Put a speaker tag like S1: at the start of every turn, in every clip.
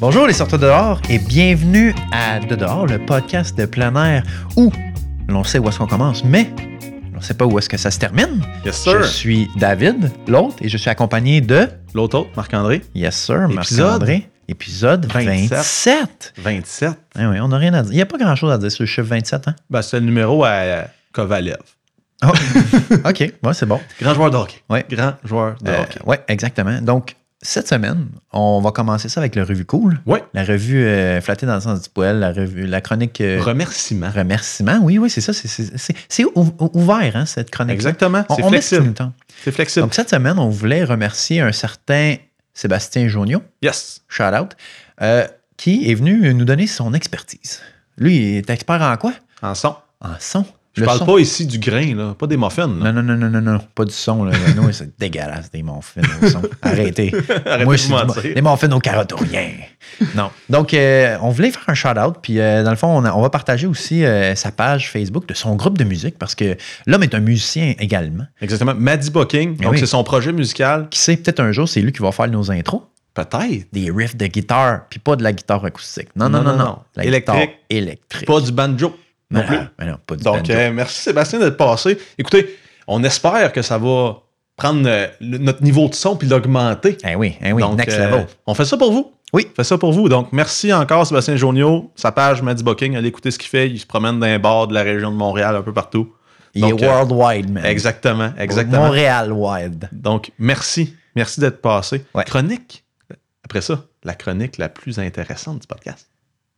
S1: Bonjour les sorteurs dehors et bienvenue à De dehors, le podcast de plein air où l'on sait où est-ce qu'on commence, mais on ne sait pas où est-ce que ça se termine.
S2: Yes,
S1: Je
S2: sir.
S1: suis David, l'autre, et je suis accompagné de
S2: L'autre autre, Marc-André,
S1: Yes Sir,
S2: Épisode?
S1: Marc-André. Épisode 27.
S2: 27. vingt-sept.
S1: Eh oui, on n'a rien à dire. Il n'y a pas grand-chose à dire sur le chiffre 27, hein?
S2: Ben, c'est le numéro à Kovalev.
S1: Oh, OK, ouais, c'est bon.
S2: Grand joueur de hockey.
S1: Ouais.
S2: Grand joueur de
S1: Euh,
S2: hockey.
S1: ouais, exactement. Donc, cette semaine, on va commencer ça avec la revue cool.
S2: Ouais.
S1: La revue euh, flattée dans le sens du poil, la revue, la chronique euh,
S2: Remerciement.
S1: remerciement. Oui, oui, c'est ça. c'est- C'est c'est- c'est ou- ou- ouvert, hein, cette chronique.
S2: Exactement.
S1: On,
S2: C'est
S1: on met ce qui
S2: flexible.
S1: nous tente.
S2: C'est flexible.
S1: Donc, cette semaine, on voulait remercier un certain Sébastien Jonio,
S2: yes.
S1: shout out, euh, qui est venu nous donner son expertise. Lui, il est expert en quoi?
S2: En son.
S1: En son.
S2: Je
S1: Le
S2: parle
S1: son.
S2: pas ici du grain, là. Pas des muffins. là.
S1: Non, non, non, non, non, non, pas du son. Là. Nous, c'est dégueulasse, des morphines au son. Arrêtez.
S2: Arrêtez
S1: Moi,
S2: de
S1: c'est
S2: vous
S1: du-
S2: mentir.
S1: des morphines aux carottes aux rien. Non. Donc, euh, on voulait faire un shout-out. Puis, euh, dans le fond, on, a- on va partager aussi euh, sa page Facebook de son groupe de musique parce que l'homme est un musicien également.
S2: Exactement. Maddie Bucking.
S1: Mais
S2: Donc,
S1: oui.
S2: c'est son projet musical.
S1: Qui sait, peut-être un jour, c'est lui qui va faire nos intros.
S2: Peut-être.
S1: Des riffs de guitare, puis pas de la guitare acoustique. Non, non, non, non.
S2: Non, non, non.
S1: La
S2: Électrique.
S1: guitare électrique.
S2: Pas du banjo.
S1: non,
S2: non plus.
S1: mais non, pas Ah, du
S2: Donc,
S1: banjo.
S2: euh, merci Sébastien d'être passé. Écoutez, on espère que ça va prendre euh, le- notre niveau de son puis l'augmenter.
S1: Eh oui, eh oui,
S2: Donc,
S1: next
S2: euh,
S1: level.
S2: On fait ça pour vous.
S1: Oui.
S2: On fait ça pour vous. Donc, merci encore, Sébastien Jonio. Sa page, Maddy Bucking. Allez écouter ce qu'il fait. Il se promène dans les bars de la région de Montréal, un peu partout.
S1: Il
S2: donc,
S1: est
S2: euh,
S1: worldwide, man.
S2: Exactement, exactement.
S1: Montréal-wide.
S2: Donc, merci. Merci d'être passé.
S1: Ouais.
S2: Chronique. Après ça, la chronique la plus intéressante du podcast.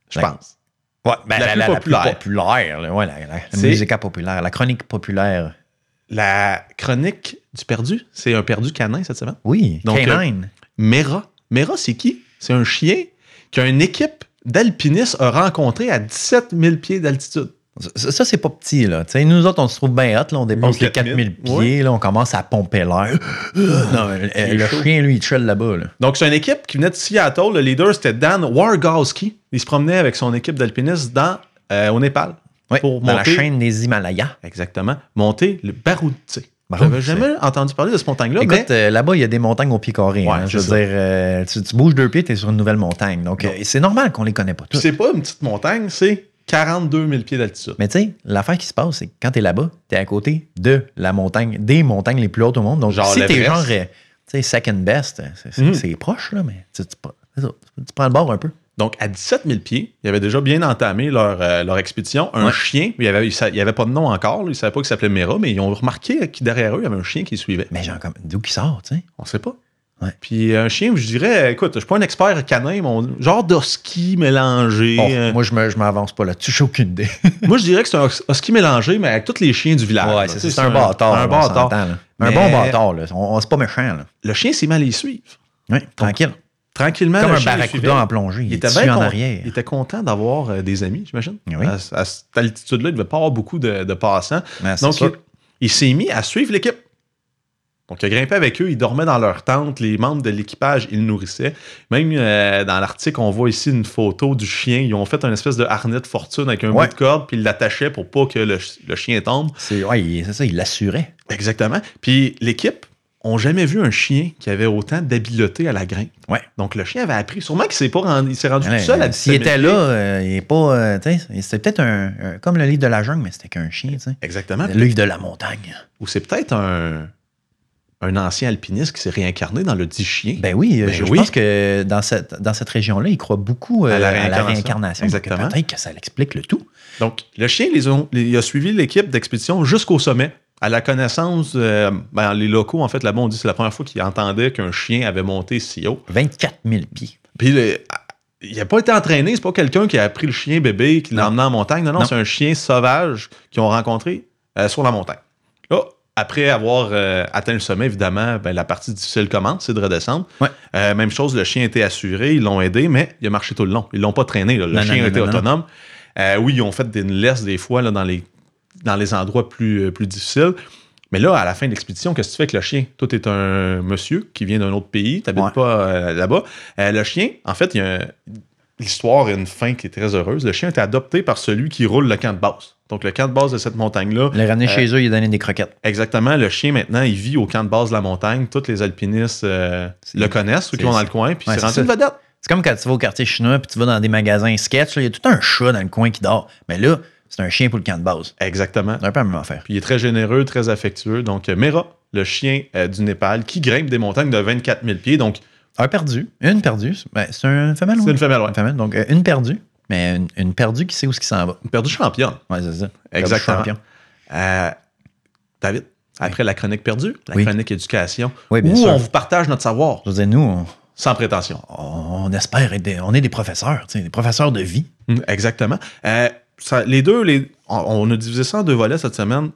S2: Je
S1: Ouais.
S2: pense.
S1: Ouais, ben, la,
S2: La
S1: la-
S2: plus
S1: la plus
S2: populaire.
S1: populaire, là, ouais, la, la- la
S2: C'est-
S1: musique populaire, la chronique populaire.
S2: La chronique du perdu, c'est un perdu canin cette semaine.
S1: Oui,
S2: Donc, euh,
S1: K9.
S2: Mera. Mera, c'est qui? C'est un chien qu'une équipe d'alpinistes a rencontré à 17 000 pieds d'altitude.
S1: Ça, ça, c'est pas petit, là. Tu sais, nous autres, on se trouve bien hot, là, on dépasse
S2: Nous,
S1: les 4000 pieds,
S2: 4000, ouais.
S1: là, on commence à pomper l'air. non, euh,
S2: Il est
S1: le
S2: chaud.
S1: chien, lui, il chill là-bas, là.
S2: Donc, c'est une équipe qui venait de Seattle. Le leader, c'était Dan Wargowski. Il se promenait avec son équipe d'alpinistes dans, euh, au Népal.
S1: Ouais,
S2: Pour
S1: dans la
S2: monter.
S1: chaîne des Himalayas.
S2: Exactement. Monter le Baroudtse.
S1: Baroudtse.
S2: Bah, J'avais jamais entendu parler de ce montagne-là, mais
S1: Écoute, euh, là-bas, il y a des montagnes au pied carré.
S2: Ouais,
S1: hein. je
S2: c'est
S1: veux dire, euh, tu, tu bouges deux pieds, t'es sur une nouvelle montagne. Donc, euh, c'est normal qu'on les connaît pas
S2: puis
S1: tous.
S2: c'est pas une petite montagne, c'est 42 000 pieds d'altitude.
S1: Mais tu sais, l'affaire qui se passe, c'est que quand t'es là-bas, t'es à côté de la montagne, des montagnes les plus hautes au monde. Donc,
S2: Genre
S1: si t'es
S2: l'Everest.
S1: genre, euh, tu sais, second best, c'est- c'est
S2: Mhm.
S1: c'est proche, là, mais tu, tu prends- c'est ça, tu prends le bord un peu.
S2: Donc, à 17 000 pieds, ils avaient déjà bien entamé leur, euh, leur expédition. Un
S1: Ouais.
S2: chien, il n'y avait, il sa- il avait pas de nom encore, là, ils ne savaient pas qu'il s'appelait Mera, mais ils ont remarqué que derrière eux, il y avait un chien qui les suivait.
S1: Mais genre, comme, d'où qui sort, tu sais?
S2: On sait pas.
S1: Ouais.
S2: Puis euh, un chien, je dirais, écoute, je suis pas un expert canin, mais on- genre d'husky mélangé.
S1: Bon,
S2: euh,
S1: Moi, je me- je m'avance pas là. Tu j'ai aucune idée.
S2: Moi, je dirais que c'est un husky mélangé, mais avec tous les chiens du village. là. Tu sais,
S1: un bâtard.
S2: hein.
S1: là,
S2: Un
S1: on
S2: bâtard.
S1: s'entend, là. Un
S2: Mais-
S1: bon bâtard, là. On, on- c'est pas méchant, là.
S2: Le chien s'est mis à les suivre.
S1: Ouais, tranquille.
S2: Tranquillement,
S1: Comme
S2: le
S1: un
S2: chien les suivait.
S1: barracuda en plongée. Il,
S2: Il
S1: était
S2: était bien
S1: en
S2: con-
S1: arrière.
S2: Il était content d'avoir euh, des amis, j'imagine.
S1: Oui.
S2: À, à cette altitude-là, il devait pas avoir beaucoup de, de passants.
S1: Mais c'est
S2: Donc,
S1: sûr.
S2: il, il s'est mis à suivre l'équipe. Donc, il a grimpé avec eux, il dormait dans leur tente, les membres de l'équipage, ils le nourrissaient. Même euh, dans l'article, on voit ici une photo du chien. Ils ont fait une espèce de harnais de fortune avec un
S1: Ouais.
S2: bout de corde, puis ils l'attachaient pour pas que le, ch- le chien tombe.
S1: C'est ouais, il- c'est ça, il l'assurait.
S2: Exactement. Puis l'équipe ont jamais vu un chien qui avait autant d'habileté à la grimpe.
S1: Ouais.
S2: Donc le chien avait appris. Sûrement qu'il s'est pas rendu, il s'est rendu
S1: Ouais,
S2: tout seul à
S1: euh, S'il
S2: 17 000
S1: était
S2: pieds.
S1: là, euh, il est pas. euh, tu sais, c'était peut-être un, un- Comme le livre de la jungle, mais c'était qu'un chien, tu sais.
S2: Exactement.
S1: Le livre de la montagne.
S2: Ou c'est peut-être un, un ancien alpiniste qui s'est réincarné dans le dit chien.
S1: Ben oui, euh,
S2: Ben
S1: je, je
S2: oui.
S1: pense que dans cette, dans cette région-là, ils croient beaucoup euh, à,
S2: À
S1: la
S2: la
S1: réincarnation.
S2: réincarnation.
S1: Donc,
S2: Exactement.
S1: Peut-être que ça l'explique le tout.
S2: Donc le chien les ont- les- il a suivi l'équipe d'expédition jusqu'au sommet. À la connaissance, euh, ben, les locaux, en fait, là-bas, on dit que c'est la première fois qu'ils entendaient qu'un chien avait monté si haut.
S1: 24 000 pieds.
S2: Puis le- il n'a pas été entraîné, c'est pas quelqu'un qui a pris le chien bébé, qui l'a
S1: Non.
S2: emmené en montagne. Non, non,
S1: Non.
S2: c'est un chien sauvage qu'ils ont rencontré euh, sur la montagne. Là, après avoir euh, atteint le sommet, évidemment, ben, la partie difficile commence, c'est de redescendre.
S1: Ouais.
S2: Euh, même chose, le chien était assuré, ils l'ont aidé, mais il a marché tout le long. Ils l'ont pas traîné. là. Le
S1: Non,
S2: chien
S1: non, non,
S2: était
S1: non, non.
S2: autonome. Euh, oui, ils ont fait des laisses des fois là, dans, les, dans les endroits plus, euh, plus difficiles. Mais là, à la fin de l'expédition, qu'est-ce que tu fais avec le chien? Toi, t'es un monsieur qui vient d'un autre pays, t'habites
S1: Ouais.
S2: pas euh, là-bas. Euh, le chien, en fait, il y a un- l'histoire a une fin qui est très heureuse. Le chien est adopté par celui qui roule le camp de base. Donc, le camp de base de cette montagne-là,
S1: Il l'a ramené
S2: Euh,
S1: chez eux, il a donné des croquettes.
S2: exactement, le chien, maintenant, il vit au camp de base de la montagne. Tous les alpinistes euh,
S1: C'est-
S2: le connaissent, ceux qui
S1: c'est-
S2: vont dans le coin, puis
S1: ouais,
S2: c'est
S1: c'est
S2: rendu
S1: ça.
S2: une vedette.
S1: C'est comme quand tu vas au quartier chinois puis tu vas dans des magasins sketch, là, il y a tout un chat dans le coin qui dort. Mais là, c'est un chien pour le camp de base.
S2: Exactement.
S1: C'est un peu la même affaire.
S2: Puis il est très généreux, très affectueux. Donc, euh, Mera, le chien euh, du Népal, qui grimpe des montagnes de 24 000 pieds. Donc,
S1: Un perdu, une perdue. Ben, c'est une femelle,
S2: c'est
S1: ouais?
S2: une femelle, ouais.
S1: Une femelle, donc euh, une perdue, mais une, une perdue qui sait où ce qui s'en va.
S2: Une perdue championne.
S1: Ouais, c'est ça.
S2: Exactement.
S1: Perdue champion.
S2: Euh, David, après la chronique perdue, la
S1: Oui.
S2: chronique éducation,
S1: Oui, bien
S2: où
S1: sûr.
S2: on vous partage notre savoir,
S1: Je veux dire, nous, on,
S2: sans prétention.
S1: on espère être des, on est des professeurs, tu sais, des professeurs de vie.
S2: Mm, Exactement. Euh, ça- les deux, les, on, on a divisé ça en deux volets cette semaine.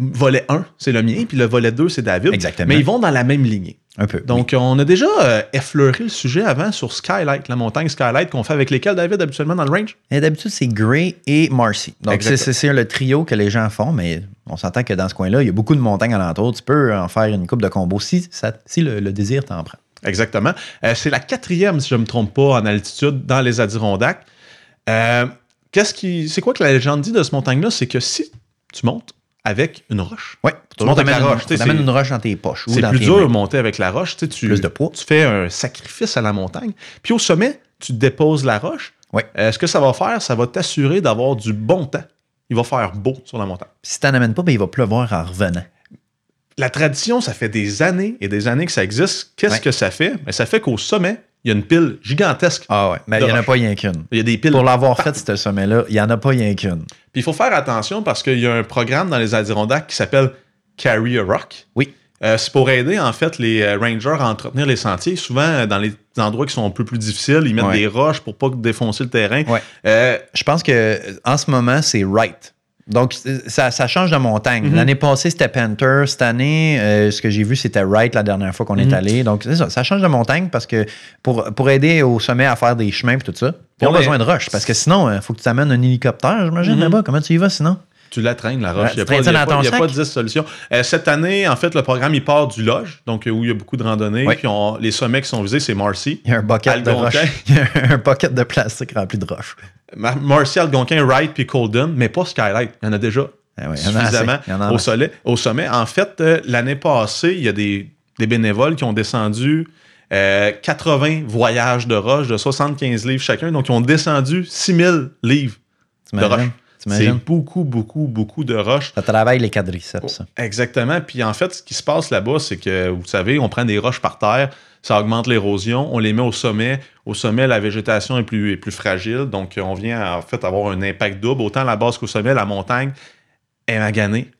S2: Volet 1, c'est le mien, puis le volet 2, c'est David.
S1: Exactement.
S2: Mais ils vont dans la même lignée.
S1: Un peu. Donc,
S2: Donc, on a déjà euh, effleuré le sujet avant sur Skylight, la montagne Skylight qu'on fait avec lesquels, David, habituellement dans le range?
S1: et d'habitude, c'est Gray et Marcy. Donc, c'est-
S2: Exactement.
S1: c'est c'est le trio que les gens font, mais on s'entend que dans ce coin-là, il y a beaucoup de montagnes alentour. Tu peux en faire une coupe de combo si, ça- si le, le désir t'en prend.
S2: Exactement. Euh, c'est la quatrième, si je ne me trompe pas, en altitude dans les Adirondacks. Euh, qu'est-ce qui, c'est quoi que la légende dit de ce montagne-là? C'est que si tu montes avec une roche,
S1: Oui,
S2: Tu montes avec la roche, tu sais,
S1: amènes
S2: c'est-
S1: une roche dans tes poches. ou
S2: c'est
S1: dans
S2: plus
S1: tes
S2: dur de
S1: mains.
S2: monter avec la roche. Tu, sais, tu-
S1: Plus de poids.
S2: tu fais un sacrifice à la montagne. Puis au sommet, tu déposes la roche.
S1: Ouais.
S2: Euh, ce que ça va faire, ça va t'assurer d'avoir du bon temps. Il va faire beau sur la montagne.
S1: Si t'en amènes pas, ben, il va pleuvoir en revenant.
S2: La tradition, ça fait des années et des années que ça existe. Qu'est-ce
S1: Ouais.
S2: que ça fait? Ben, ça fait qu'au sommet, il y a une pile gigantesque.
S1: Ah ouais, mais
S2: De
S1: il n'y en a
S2: roche.
S1: pas rien qu'une.
S2: Il y a des piles
S1: Pour l'avoir fait, ce sommet-là, il n'y en a pas rien qu'une.
S2: Puis il faut faire attention parce qu'il y a un programme dans les Adirondacks qui s'appelle Carry a Rock.
S1: Oui.
S2: Euh, c'est pour aider en fait les euh, rangers à entretenir les sentiers. Souvent euh, dans les endroits qui sont un peu plus difficiles, ils mettent
S1: Ouais.
S2: des roches pour pas défoncer le terrain.
S1: Ouais.
S2: Euh,
S1: Je pense que euh, en ce moment, c'est Wright. Donc, c'est- ça, ça change de montagne.
S2: Mhm.
S1: L'année passée, c'était Panther. Cette année, euh, ce que j'ai vu, c'était Wright la dernière fois qu'on
S2: Mhm.
S1: est allé. Donc, c'est ça. Ça change de montagne parce que pour, pour aider au sommet à faire des chemins et tout ça, ils
S2: Bon,
S1: ont
S2: mais-
S1: besoin de roches. Parce que sinon, il faut que tu amènes un hélicoptère, j'imagine,
S2: Mhm.
S1: là-bas. Comment tu y vas sinon?
S2: tu la traînes, la roche.
S1: Ouais,
S2: Il n'y
S1: tu
S2: a, pas-
S1: traînes
S2: y
S1: ça
S2: a
S1: dans
S2: pas-
S1: ton
S2: y a pas
S1: sac?
S2: 10 solutions. Euh, cette année, en fait, le programme, il part du Lodge, donc euh, où il y a beaucoup de randonnées.
S1: Ouais.
S2: Puis on- les sommets qui sont visés, c'est Marcy.
S1: Il y a un bucket de
S2: Algonquin.
S1: roches. Il y a un bucket de plastique rempli de roches.
S2: Ma- Marcy, Algonquin, Wright, puis Colden, mais pas Skylight. Il y en a déjà
S1: Ah ouais, il y en a assez.
S2: suffisamment
S1: Il y en a
S2: au,
S1: assez.
S2: soleil- au sommet. En fait, euh, l'année passée, il y a des, des bénévoles qui ont descendu euh, 80 voyages de roche de 75 livres chacun. Donc, ils ont descendu 6000 livres de
S1: T'imagines?
S2: roche. C'est
S1: T'imagines?
S2: beaucoup, beaucoup, beaucoup de roches.
S1: Ça travaille les quadriceps. ça.
S2: Exactement. Puis en fait, ce qui se passe là-bas, c'est que, vous savez, on prend des roches par terre, ça augmente l'érosion, on les met au sommet. Au sommet, la végétation est plus, est plus fragile, donc on vient en fait avoir un impact double. Autant à la base qu'au sommet, la montagne est maganée.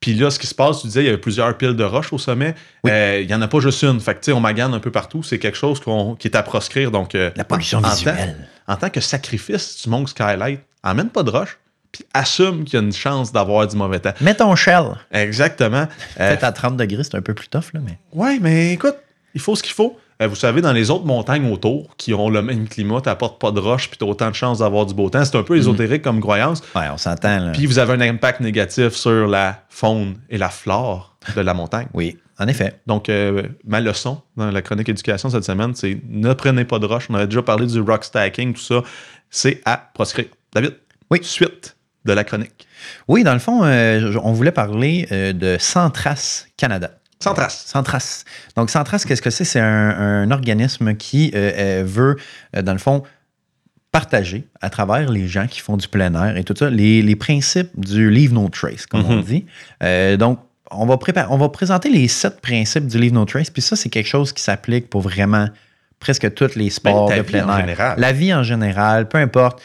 S2: Puis là, ce qui se passe, tu disais, il y avait plusieurs piles de roches au sommet.
S1: Oui.
S2: Euh, il n'y en a pas juste une. Fait que, tu sais, on magane un peu partout. C'est quelque chose qu'on- qui est à proscrire. Donc, euh,
S1: La pollution
S2: en- en temps-
S1: visuelle.
S2: en tant que sacrifice, tu montes Skylight, emmène pas de roche, puis assume qu'il y a une chance d'avoir du mauvais temps.
S1: Mets ton shell.
S2: Exactement. Euh,
S1: Peut-être à 30 degrés, c'est un peu plus tough, là, mais.
S2: Ouais, mais écoute, il faut ce qu'il faut. Euh, vous savez, dans les autres montagnes autour, qui ont le même climat, t'apportes pas de roche, puis t'as autant de chances d'avoir du beau temps. C'est un
S1: Mm-hmm.
S2: peu ésotérique comme croyance.
S1: Ouais, on s'entend, là.
S2: Puis vous avez un impact négatif sur la faune et la flore de la montagne.
S1: Oui, en effet.
S2: Donc, euh, ma leçon dans la chronique éducation cette semaine, c'est ne prenez pas de roche. On avait déjà parlé du rock stacking, tout ça. C'est à proscrire. David,
S1: Oui.
S2: suite de la chronique.
S1: Oui, dans le fond, euh, je- on voulait parler euh, de Sans Trace Canada.
S2: Sans trace.
S1: Sans Trace. Donc, Sans Trace, qu'est-ce que c'est? C'est un, un organisme qui euh, euh, veut, euh, dans le fond, partager à travers les gens qui font du plein air et tout ça, les, les principes du Leave No Trace, comme on
S2: Mhm.
S1: dit. Euh, donc, on va, prépa- on va présenter les sept principes du Leave No Trace, puis ça, c'est quelque chose qui s'applique pour vraiment presque tous les sports
S2: Ben,
S1: de
S2: ta vie
S1: plein
S2: en
S1: air.
S2: général.
S1: La vie en général, peu importe.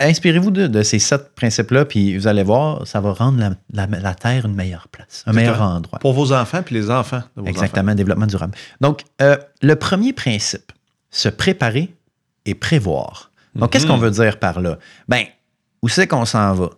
S1: Inspirez-vous de, de ces sept principes-là, puis vous allez voir, ça va rendre la, la- la Terre une meilleure place, un meilleur endroit.
S2: Pour vos enfants, puis les enfants de vos enfants.
S1: Exactement, développement durable. Donc, euh, le premier principe, se préparer et prévoir. Donc, qu'est-ce
S2: Mhm.
S1: qu'on veut dire par là? Ben, où c'est qu'on s'en va?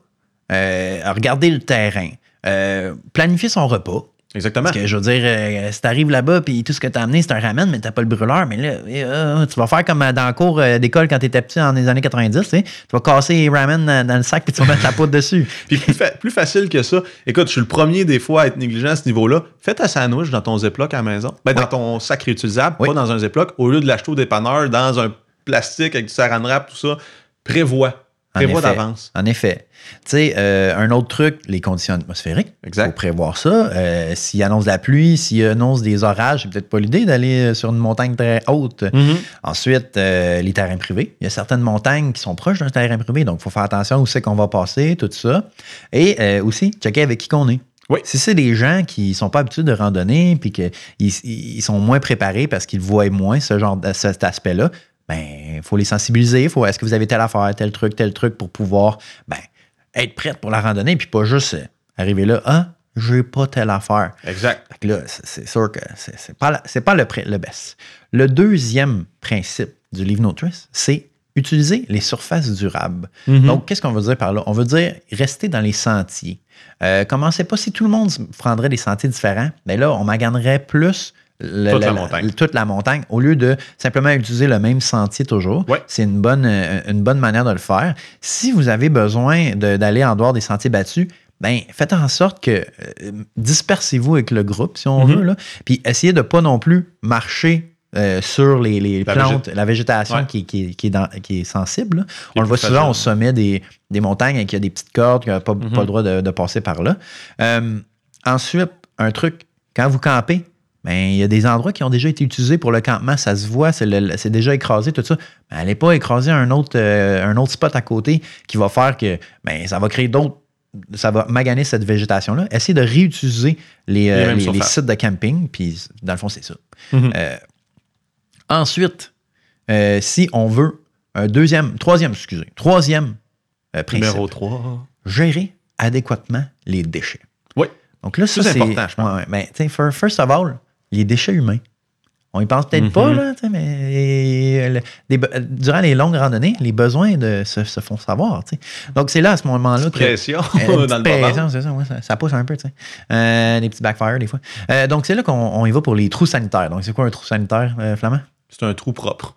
S1: Euh, regarder le terrain. Euh, planifier son repas.
S2: Exactement.
S1: Parce que je veux dire, euh, si t'arrives là-bas puis tout ce que t'as amené, c'est un ramen, mais t'as pas le brûleur, mais là, euh, tu vas faire comme dans le cours euh, d'école quand t'étais petit dans les années 90, tu sais. Tu vas casser les ramen dans, dans le sac puis tu vas mettre la poudre dessus.
S2: Puis plus, fa- plus facile que ça, écoute, je suis le premier des fois à être négligent à ce niveau-là. Fais ta sandwich dans ton Ziploc à la maison. Ben, dans
S1: Oui.
S2: ton sac réutilisable,
S1: Oui.
S2: pas dans un Ziploc. Au lieu de l'acheter au dépanneur, dans un plastique avec du saran wrap, tout ça, prévois.
S1: En
S2: Prévois
S1: effet.
S2: d'avance.
S1: En effet. Tu sais, euh, un autre truc, les conditions atmosphériques. Il faut
S2: Exact.
S1: prévoir ça. Euh, s'il annonce de la pluie, s'il annonce des orages, c'est peut-être pas l'idée d'aller sur une montagne très haute.
S2: Mhm.
S1: Ensuite, euh, les terrains privés. Il y a certaines montagnes qui sont proches d'un terrain privé, donc il faut faire attention où c'est qu'on va passer, tout ça. Et euh, aussi, checker avec qui qu'on est.
S2: Oui.
S1: Si c'est des gens qui sont pas habitués de randonner puis qu'ils ils sont moins préparés parce qu'ils voient moins ce genre de- cet aspect-là, ben il faut les sensibiliser. Faut, est-ce que vous avez telle affaire, tel truc, tel truc pour pouvoir ben, être prête pour la randonnée puis pas juste euh, arriver là, ah, j'ai pas telle affaire.
S2: Exact.
S1: Fait que là, c'est- c'est sûr que c'est c'est pas, la- c'est pas le, pré- le best. Le deuxième principe du livre Notrice, c'est utiliser les surfaces durables.
S2: Donc,
S1: Donc, qu'est-ce qu'on veut dire par là? On veut dire rester dans les sentiers. Euh, commencez pas si tout le monde se prendrait des sentiers différents, mais là, on maganerait plus le-
S2: Toute la montagne.
S1: toute la montagne au lieu de simplement utiliser le même sentier toujours.
S2: Ouais.
S1: C'est une bonne, euh, une bonne manière de le faire. Si vous avez besoin de- d'aller en dehors des sentiers battus, ben, faites en sorte que euh, dispersez-vous avec le groupe, si on
S2: Mhm.
S1: veut, là. puis essayez de pas non plus marcher euh, sur les, les
S2: La
S1: plantes, la végétation
S2: Ouais.
S1: qui, qui- qui est dans- qui est sensible. là. On le
S2: plus
S1: voit souvent
S2: fragile.
S1: au sommet des, des montagnes avec il y a des petites cordes, qu'on n'a pas,
S2: Mhm.
S1: pas le droit de, de passer par là. Euh, ensuite, un truc, quand vous campez, ben, il y a des endroits qui ont déjà été utilisés pour le campement, ça se voit, c'est le- c'est déjà écrasé, tout ça. Ben, allez pas écraser un autre, euh, un autre spot à côté qui va faire que ben, ça va créer d'autres. Ça va maganer cette végétation-là. Essayez de réutiliser les, euh,
S2: Les mêmes
S1: les- les
S2: surfaces.
S1: sites de camping, puis dans le fond, c'est ça.
S2: Mhm.
S1: Euh, ensuite, euh, si on veut un deuxième, troisième, excusez, troisième euh, principe,
S2: numéro 3.
S1: gérer adéquatement les déchets.
S2: Oui.
S1: Donc là, ça,
S2: Plus
S1: c'est
S2: important, je pense.
S1: Ouais, ouais. Ben, tu sais, fir- first of all, les déchets humains. On y pense peut-être
S2: Mhm.
S1: pas, là, tu sais, mais le- des be- durant les longues randonnées, les besoins de, se, se font savoir. tu sais. Donc, c'est là, à ce moment-là, que,
S2: Pression
S1: euh, une
S2: dans le
S1: petite
S2: bas
S1: pression, c'est ça, ouais, ça, ça pousse un peu, tu sais. Euh, des petits backfires, des fois. Euh, donc, c'est là qu'on on y va pour les trous sanitaires. Donc, c'est quoi un trou sanitaire, euh, Flamand?
S2: C'est un trou propre.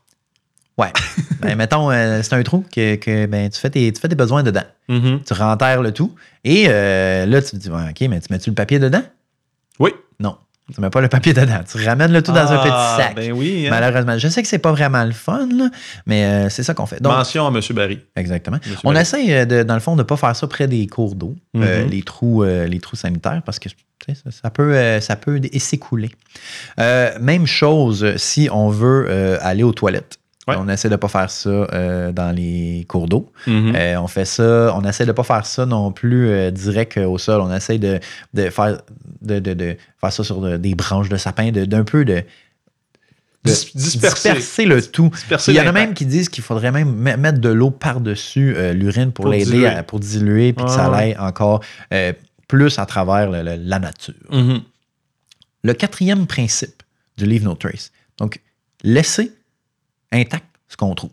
S1: Ouais. Ben, mettons, euh, c'est un trou que, que, ben, tu, fais tes, tu fais tes besoins dedans. Tu renterres le tout. Et euh, là, tu te dis, ouais, OK, mais tu mets-tu le papier dedans?
S2: Oui.
S1: Non, tu mets pas le papier dedans. Tu ramènes le tout dans un
S2: Ah,
S1: petit sac.
S2: Ben oui. hein.
S1: Malheureusement, je sais que c'est pas vraiment le fun, là, mais euh, c'est ça qu'on fait. Donc,
S2: Mention à M. Barry.
S1: Exactement.
S2: Monsieur
S1: On
S2: Barry.
S1: essaie, euh, de, dans le fond, de ne pas faire ça près des cours d'eau, euh,
S2: Mhm.
S1: les, trous, euh, les trous sanitaires, parce que tu sais, ça, ça peut, euh, ça peut dé- s'écouler. Euh, même chose euh, si on veut euh, aller aux toilettes.
S2: Ouais.
S1: On essaie de ne pas faire ça euh, dans les cours d'eau.
S2: Mhm.
S1: Euh, on fait ça, on essaie de pas faire ça non plus euh, direct euh, au sol. On essaie de, de faire, de, de- de faire ça sur de- des branches de sapin, de- d'un peu de, de
S2: Dis- disperser.
S1: disperser le tout.
S2: Disperser
S1: Il y en a
S2: l'impact.
S1: même qui disent qu'il faudrait même me- mettre de l'eau par-dessus euh, l'urine pour,
S2: Pour
S1: l'aider
S2: diluer.
S1: à- pour diluer puis que ça
S2: Ah.
S1: aille encore euh, plus à travers le- le- la nature.
S2: Mhm.
S1: Le quatrième principe du Leave No Trace. Donc, laisser intact ce qu'on trouve.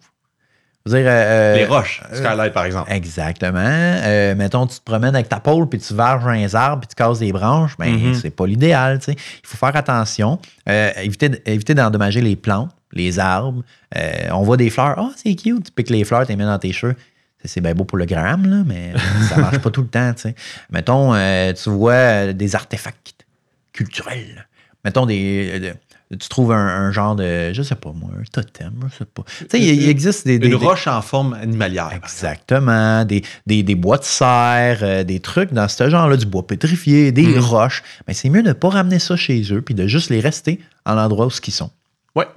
S1: Je veux dire, euh,
S2: Les
S1: euh,
S2: roches.
S1: euh,
S2: Skylight, par exemple.
S1: Exactement. Euh, mettons, tu te promènes avec ta pôle, puis tu verges dans les arbres, puis tu casses des branches, ben,
S2: Mhm.
S1: c'est pas l'idéal. tu sais. Il faut faire attention. Euh, éviter d- éviter d'endommager les plantes, les arbres. Euh, on voit des fleurs. Ah, c'est cute. Tu piques les fleurs, tu les mets dans tes cheveux. C'est- C'est bien beau pour le gramme, là, mais ça marche pas tout le temps. tu sais. Mettons, euh, tu vois euh, des artefacts culturels. Mettons, des. euh, de- tu trouves un, un genre de, je sais pas moi, un totem, je sais pas. Tu sais, il, il existe des...
S2: Une
S1: des- des-
S2: roche en forme animalière. par exemple.
S1: Exactement. Des, des, des bois de serre, euh, des trucs dans ce genre-là, du bois pétrifié, des
S2: Mhm.
S1: roches. Mais c'est mieux de ne pas ramener ça chez eux puis de juste les rester à l'endroit où ils sont.
S2: Ouais.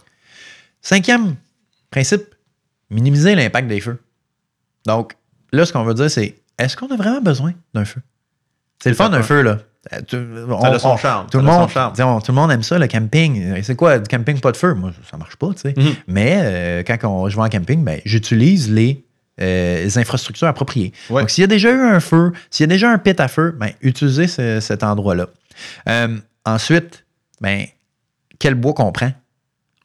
S1: Cinquième principe, minimiser l'impact des feux. Donc, là, ce qu'on veut dire, c'est est-ce qu'on a vraiment besoin d'un feu? C'est le fun d'un feu, là. Euh, tu- on-
S2: Ça a son
S1: on-
S2: charme.
S1: tout
S2: ça
S1: le,
S2: a son
S1: monde,
S2: charme.
S1: disons, tout le monde aime ça, le camping. C'est quoi, du camping pas de feu? Moi, ça marche pas, tu sais.
S2: Mhm.
S1: Mais euh, quand on- je vais en camping, ben, j'utilise les, euh, les infrastructures appropriées.
S2: Ouais.
S1: Donc, s'il y a déjà eu un feu, s'il y a déjà un pit à feu, ben, utilisez ce- cet endroit-là. Euh, ensuite, ben, quel bois qu'on prend?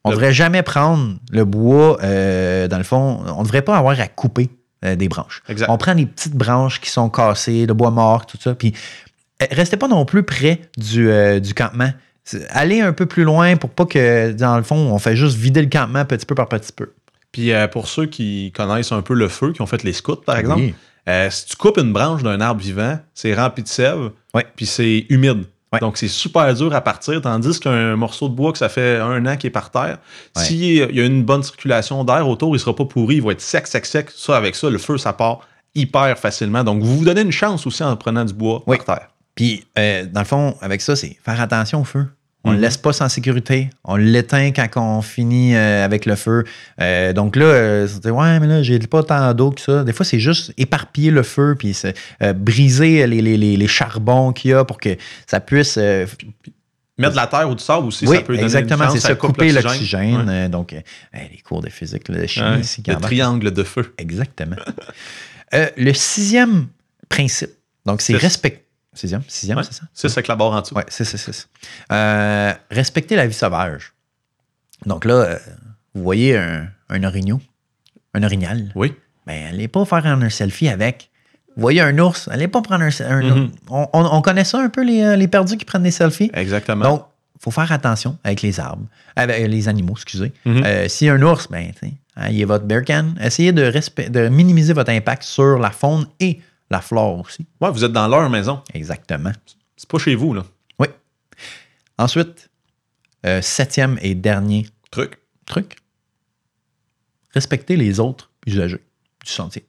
S1: On ne
S2: Le-
S1: devrait jamais prendre le bois, euh, dans le fond, on ne devrait pas avoir à couper euh, des branches.
S2: Exact.
S1: On prend les petites branches qui sont cassées, le bois mort, tout ça. Puis euh, restez pas non plus près du, euh, du campement. C'est- Allez un peu plus loin pour pas que, dans le fond, on fait juste vider le campement petit peu par petit peu.
S2: Puis euh, pour ceux qui connaissent un peu le feu, qui ont fait les scouts, par exemple,
S1: Oui.
S2: euh, si tu coupes une branche d'un arbre vivant, c'est rempli de sève,
S1: Ouais.
S2: puis c'est humide.
S1: Ouais.
S2: Donc, c'est super dur à partir, tandis qu'un morceau de bois que ça fait un an qu'il est par terre,
S1: Ouais.
S2: s'il y a une bonne circulation d'air autour, il sera pas pourri, il va être sec, sec, sec. Ça, avec ça, le feu, ça part hyper facilement. Donc, vous vous donnez une chance aussi en prenant du bois
S1: Oui.
S2: par terre.
S1: Puis, euh, dans le fond, avec ça, c'est faire attention au feu. On ne
S2: Mhm.
S1: le laisse pas sans sécurité. On l'éteint quand on finit euh, avec le feu. Euh, donc là, euh, c'est- ouais, mais là, j'ai pas tant d'eau que ça. Des fois, c'est juste éparpiller le feu, puis c'est, euh, briser les, les- les- les charbons qu'il y a pour que ça puisse euh,
S2: Mettre de la terre ou du sable aussi,
S1: oui,
S2: ça peut donner
S1: exactement,
S2: une chance,
S1: c'est ça,
S2: coupe
S1: couper
S2: Ouais.
S1: l'oxygène. euh, donc, euh, hey, les cours de physique, là, de chimie
S2: Ouais.
S1: ici, qui
S2: Le
S1: embarquent.
S2: triangle de feu.
S1: Exactement. Euh, le sixième principe, donc c'est
S2: Six.
S1: respect. Sixième, sixième,
S2: Ouais.
S1: c'est ça?
S2: C'est ça que la barre en dessous.
S1: Oui, c'est ça, c'est ça. Euh, respecter la vie sauvage. Donc là, euh, vous voyez un, un orignaux, un orignal.
S2: Oui.
S1: Ben, allez pas faire un, un selfie avec. Vous voyez un ours, allez pas prendre un. un-
S2: Mhm.
S1: on, on- on connaît ça un peu, les, euh, les perdus qui prennent des selfies?
S2: Exactement.
S1: Donc, il faut faire attention avec les arbres, avec euh, les animaux, excusez.
S2: Mhm.
S1: Euh, si un ours, ben, tu sais, hein, il est votre bear can, essayez de, respect- de minimiser votre impact sur la faune et la flore aussi.
S2: Ouais, vous êtes dans leur maison.
S1: Exactement.
S2: C'est pas chez vous, là.
S1: Oui. Ensuite, euh, septième et dernier
S2: Truc.
S1: truc, respecter les autres usagers du sentier.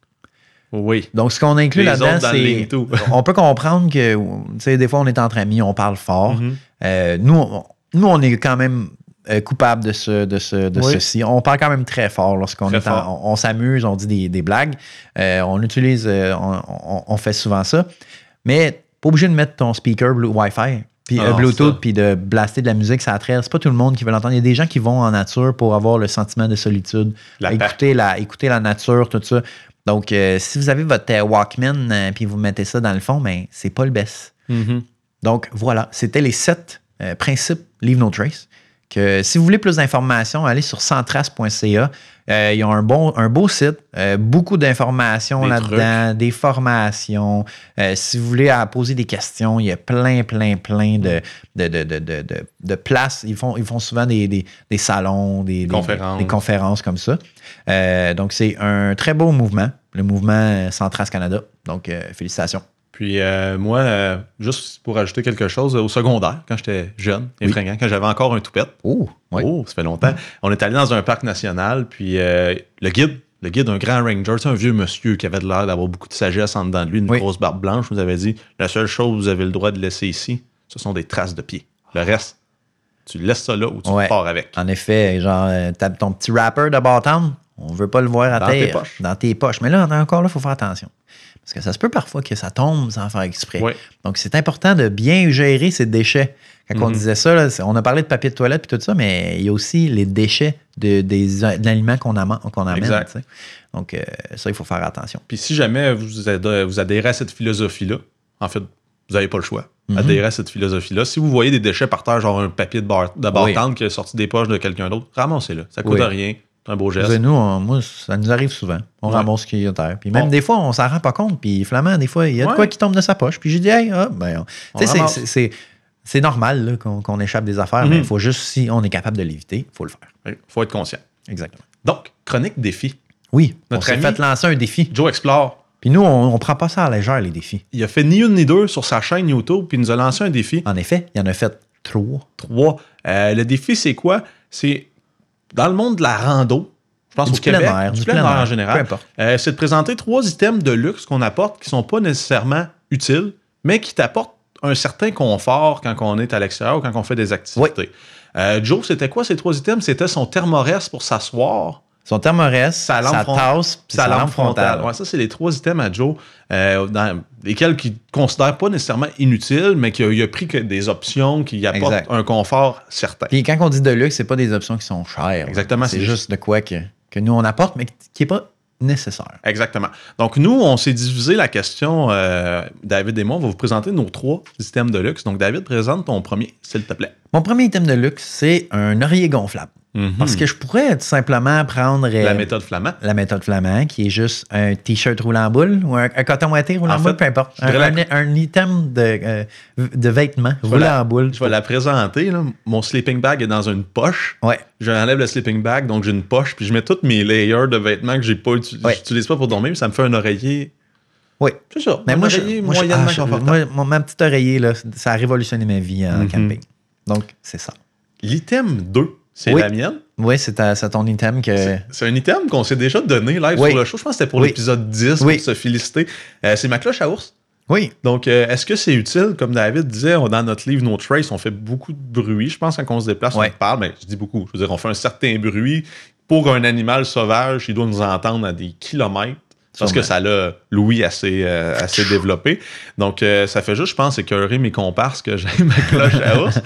S2: Oui.
S1: Donc, ce qu'on inclut
S2: Les
S1: là-dedans,
S2: autres dans le
S1: c'est.
S2: ligne tout.
S1: on peut comprendre que, tu sais, des fois, on est entre amis, on parle fort.
S2: Mhm.
S1: Euh, nous, on, nous, on est quand même euh, coupable de, ce, de, ce- de
S2: Oui.
S1: ceci. On parle quand même très fort lorsqu'on
S2: Très
S1: est en-
S2: fort.
S1: on, on s'amuse, on dit des, des blagues. Euh, on utilise, euh, on, on- on fait souvent ça. Mais pas obligé de mettre ton speaker Blue- Wi-Fi. Puis euh,
S2: Ah non, c'est ça.
S1: Bluetooth, puis de blaster de la musique, ça attrait. C'est pas tout le monde qui veut l'entendre. Il y a des gens qui vont en nature pour avoir le sentiment de solitude,
S2: La paix.
S1: écouter, la, écouter la nature, tout ça. Donc, euh, si vous avez votre euh, Walkman, euh, puis vous mettez ça dans le fond, ben, c'est pas le best.
S2: Mhm.
S1: Donc voilà, c'était les sept euh, principes Leave No Trace. Que, si vous voulez plus d'informations, allez sur santrace.ca. Euh, ils ont un, bon, un beau site, euh, beaucoup d'informations
S2: Des
S1: là-dedans, des formations. Euh, si vous voulez à poser des questions, il y a plein, plein, plein de, de, de, de, de- de- de places. Ils font, ils font souvent des, des- des salons, des, des-
S2: conférences.
S1: des conférences comme ça. Euh, donc c'est un très beau mouvement, le mouvement Sans Trace Canada. Donc euh, félicitations.
S2: Puis euh, moi, euh, juste pour ajouter quelque chose, euh, au secondaire, quand j'étais jeune et
S1: Oui. Mhm.
S2: fringant, quand j'avais encore un toupette,
S1: Oh, oui.
S2: Oh, ça fait longtemps. On est allé dans un parc national, puis euh, le guide, le guide, un grand ranger, c'est un vieux monsieur qui avait de l'air d'avoir beaucoup de sagesse en dedans de lui, une
S1: Oui.
S2: grosse barbe blanche, nous avait dit la seule chose que vous avez le droit de laisser ici, ce sont des traces de pied. Le reste, tu laisses ça là ou tu
S1: Ouais.
S2: pars avec.
S1: En effet, genre, euh, t'as ton petit rapper de bâton, on veut pas le voir à
S2: Dans
S1: terre.
S2: tes poches.
S1: Dans tes poches. Mais là, encore là, il faut faire attention. Parce que ça se peut parfois que ça tombe sans faire exprès.
S2: Ouais.
S1: Donc, c'est important de bien gérer ses déchets. Quand on
S2: Mhm.
S1: disait ça, là, c'est- on a parlé de papier de toilette et tout ça, mais il y a aussi les déchets de, des a- de l'aliment qu'on ama- qu'on amène.
S2: Exact.
S1: tu sais. Donc, euh, ça, il faut faire attention.
S2: Puis si jamais vous, ad- vous adhérez à cette philosophie-là, en fait, vous n'avez pas le choix.
S1: Mhm.
S2: Adhérez à cette philosophie-là. Si vous voyez des déchets par terre, genre un papier de, bar de
S1: Oui.
S2: bartende qui est sorti des poches de quelqu'un d'autre, ramassez-le. Ça coûte
S1: Oui.
S2: rien. C'est un beau
S1: Parce
S2: geste.
S1: que nous, on- moi, ça nous arrive souvent. On
S2: Ouais.
S1: ramasse ce qu'il y a terre. Puis même
S2: On-
S1: des fois, on s'en rend pas compte. Puis flamand, des fois, il y a de
S2: Ouais.
S1: quoi qui tombe de sa poche. Puis j'ai dit, hey, ah, ben, on-
S2: On
S1: tu sais, c'est-
S2: ramasse.
S1: c'est- c'est- c'est normal là, qu'on qu'on échappe des affaires,
S2: Mhm.
S1: mais il faut juste, si on est capable de l'éviter, il faut le faire.
S2: Il faut être conscient.
S1: Exactement.
S2: Donc, chronique défi.
S1: Oui,
S2: Notre
S1: on s'est
S2: ami-
S1: fait lancer un défi.
S2: Joe Explore,
S1: Puis nous, on, on prend pas ça à la légère, les défis.
S2: il a fait ni une ni deux sur sa chaîne YouTube, puis il nous a lancé un défi.
S1: En effet, il y en a fait trois.
S2: Trois. Euh, le défi, c'est quoi? C'est dans le monde de la rando, je pense
S1: Du
S2: au Québec,
S1: plein air,
S2: du, plein, air en
S1: Peu
S2: général,
S1: importe.
S2: euh, c'est de présenter trois items de luxe qu'on apporte qui sont pas nécessairement utiles, mais qui t'apportent un certain confort quand on est à l'extérieur ou quand on fait des activités. Euh, Joe, c'était quoi ces trois items? C'était son thermoreste pour s'asseoir,
S1: Son thermoreste, sa,
S2: Sa lampe front-
S1: tasse, puis
S2: sa lampe frontale. Ouais, ça, c'est les trois items à Joe, euh, dans lesquels qu'il considère pas nécessairement inutiles, mais qu'il a, il a pris que des options qui apportent
S1: Exact.
S2: un confort certain.
S1: Puis quand on dit de luxe, c'est pas des options qui sont chères.
S2: Exactement,
S1: C'est
S2: c'est-
S1: juste de quoi que, que nous on apporte, mais qui est pas nécessaire.
S2: Exactement. Donc, nous, on s'est divisé la question. euh, David et moi, on va vous présenter nos trois items de luxe. Donc, David, présente ton premier, s'il te plaît.
S1: Mon premier item de luxe, c'est un oreiller gonflable. Parce que je pourrais tout simplement prendre euh,
S2: Hmm. La méthode flamand.
S1: la méthode flamand, qui est juste un t-shirt roulant en boule ou un, un coton ouaté roulant
S2: En
S1: en boule,
S2: fait,
S1: peu importe.
S2: je voudrais
S1: Un, un- un item de, euh, de vêtements
S2: vais
S1: roulant
S2: la-
S1: en boule.
S2: Je vais la présenter. là. Mon sleeping bag est dans une poche.
S1: Ouais.
S2: J'enlève le sleeping bag, donc j'ai une poche, puis je mets toutes mes layers de vêtements que j'ai pas utu-
S1: Ouais.
S2: j'utilise pas pour dormir, puis ça me fait un oreiller.
S1: Oui.
S2: C'est ça.
S1: Mais
S2: un
S1: moi, je,
S2: oreiller
S1: moi, je-
S2: moyennement
S1: ah, je-
S2: confortable.
S1: moi, mon- ma petite oreiller, là, ça a révolutionné ma vie en
S2: Mhm.
S1: camping. Donc, c'est ça.
S2: L'item 2, C'est
S1: Oui.
S2: la mienne.
S1: Oui, c'est ta- c'est ton item que.
S2: C'est- C'est un item qu'on s'est déjà donné live
S1: Oui.
S2: sur le show. Je pense que c'était pour
S1: Oui.
S2: l'épisode 10
S1: Oui.
S2: pour se féliciter. Euh, c'est ma cloche à ours.
S1: Oui.
S2: Donc, euh, est-ce que c'est utile? Comme David disait, on- dans notre livre No Trace, on fait beaucoup de bruit. Je pense quand on se déplace,
S1: Ouais.
S2: on parle, mais je dis beaucoup. Je veux dire, on fait un certain bruit. Pour un animal sauvage, il doit nous entendre à des kilomètres. Parce que
S1: Sûrement.
S2: ça l'a l'ouïe assez, euh, assez développé. Donc, euh, ça fait juste, je pense, écœurer mes comparses que j'ai ma cloche à ours.